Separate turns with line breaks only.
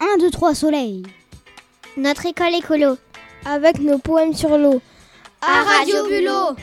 1, 2, 3 soleil.
Notre école écolo,
avec nos poèmes sur l'eau.
À Radio Bulot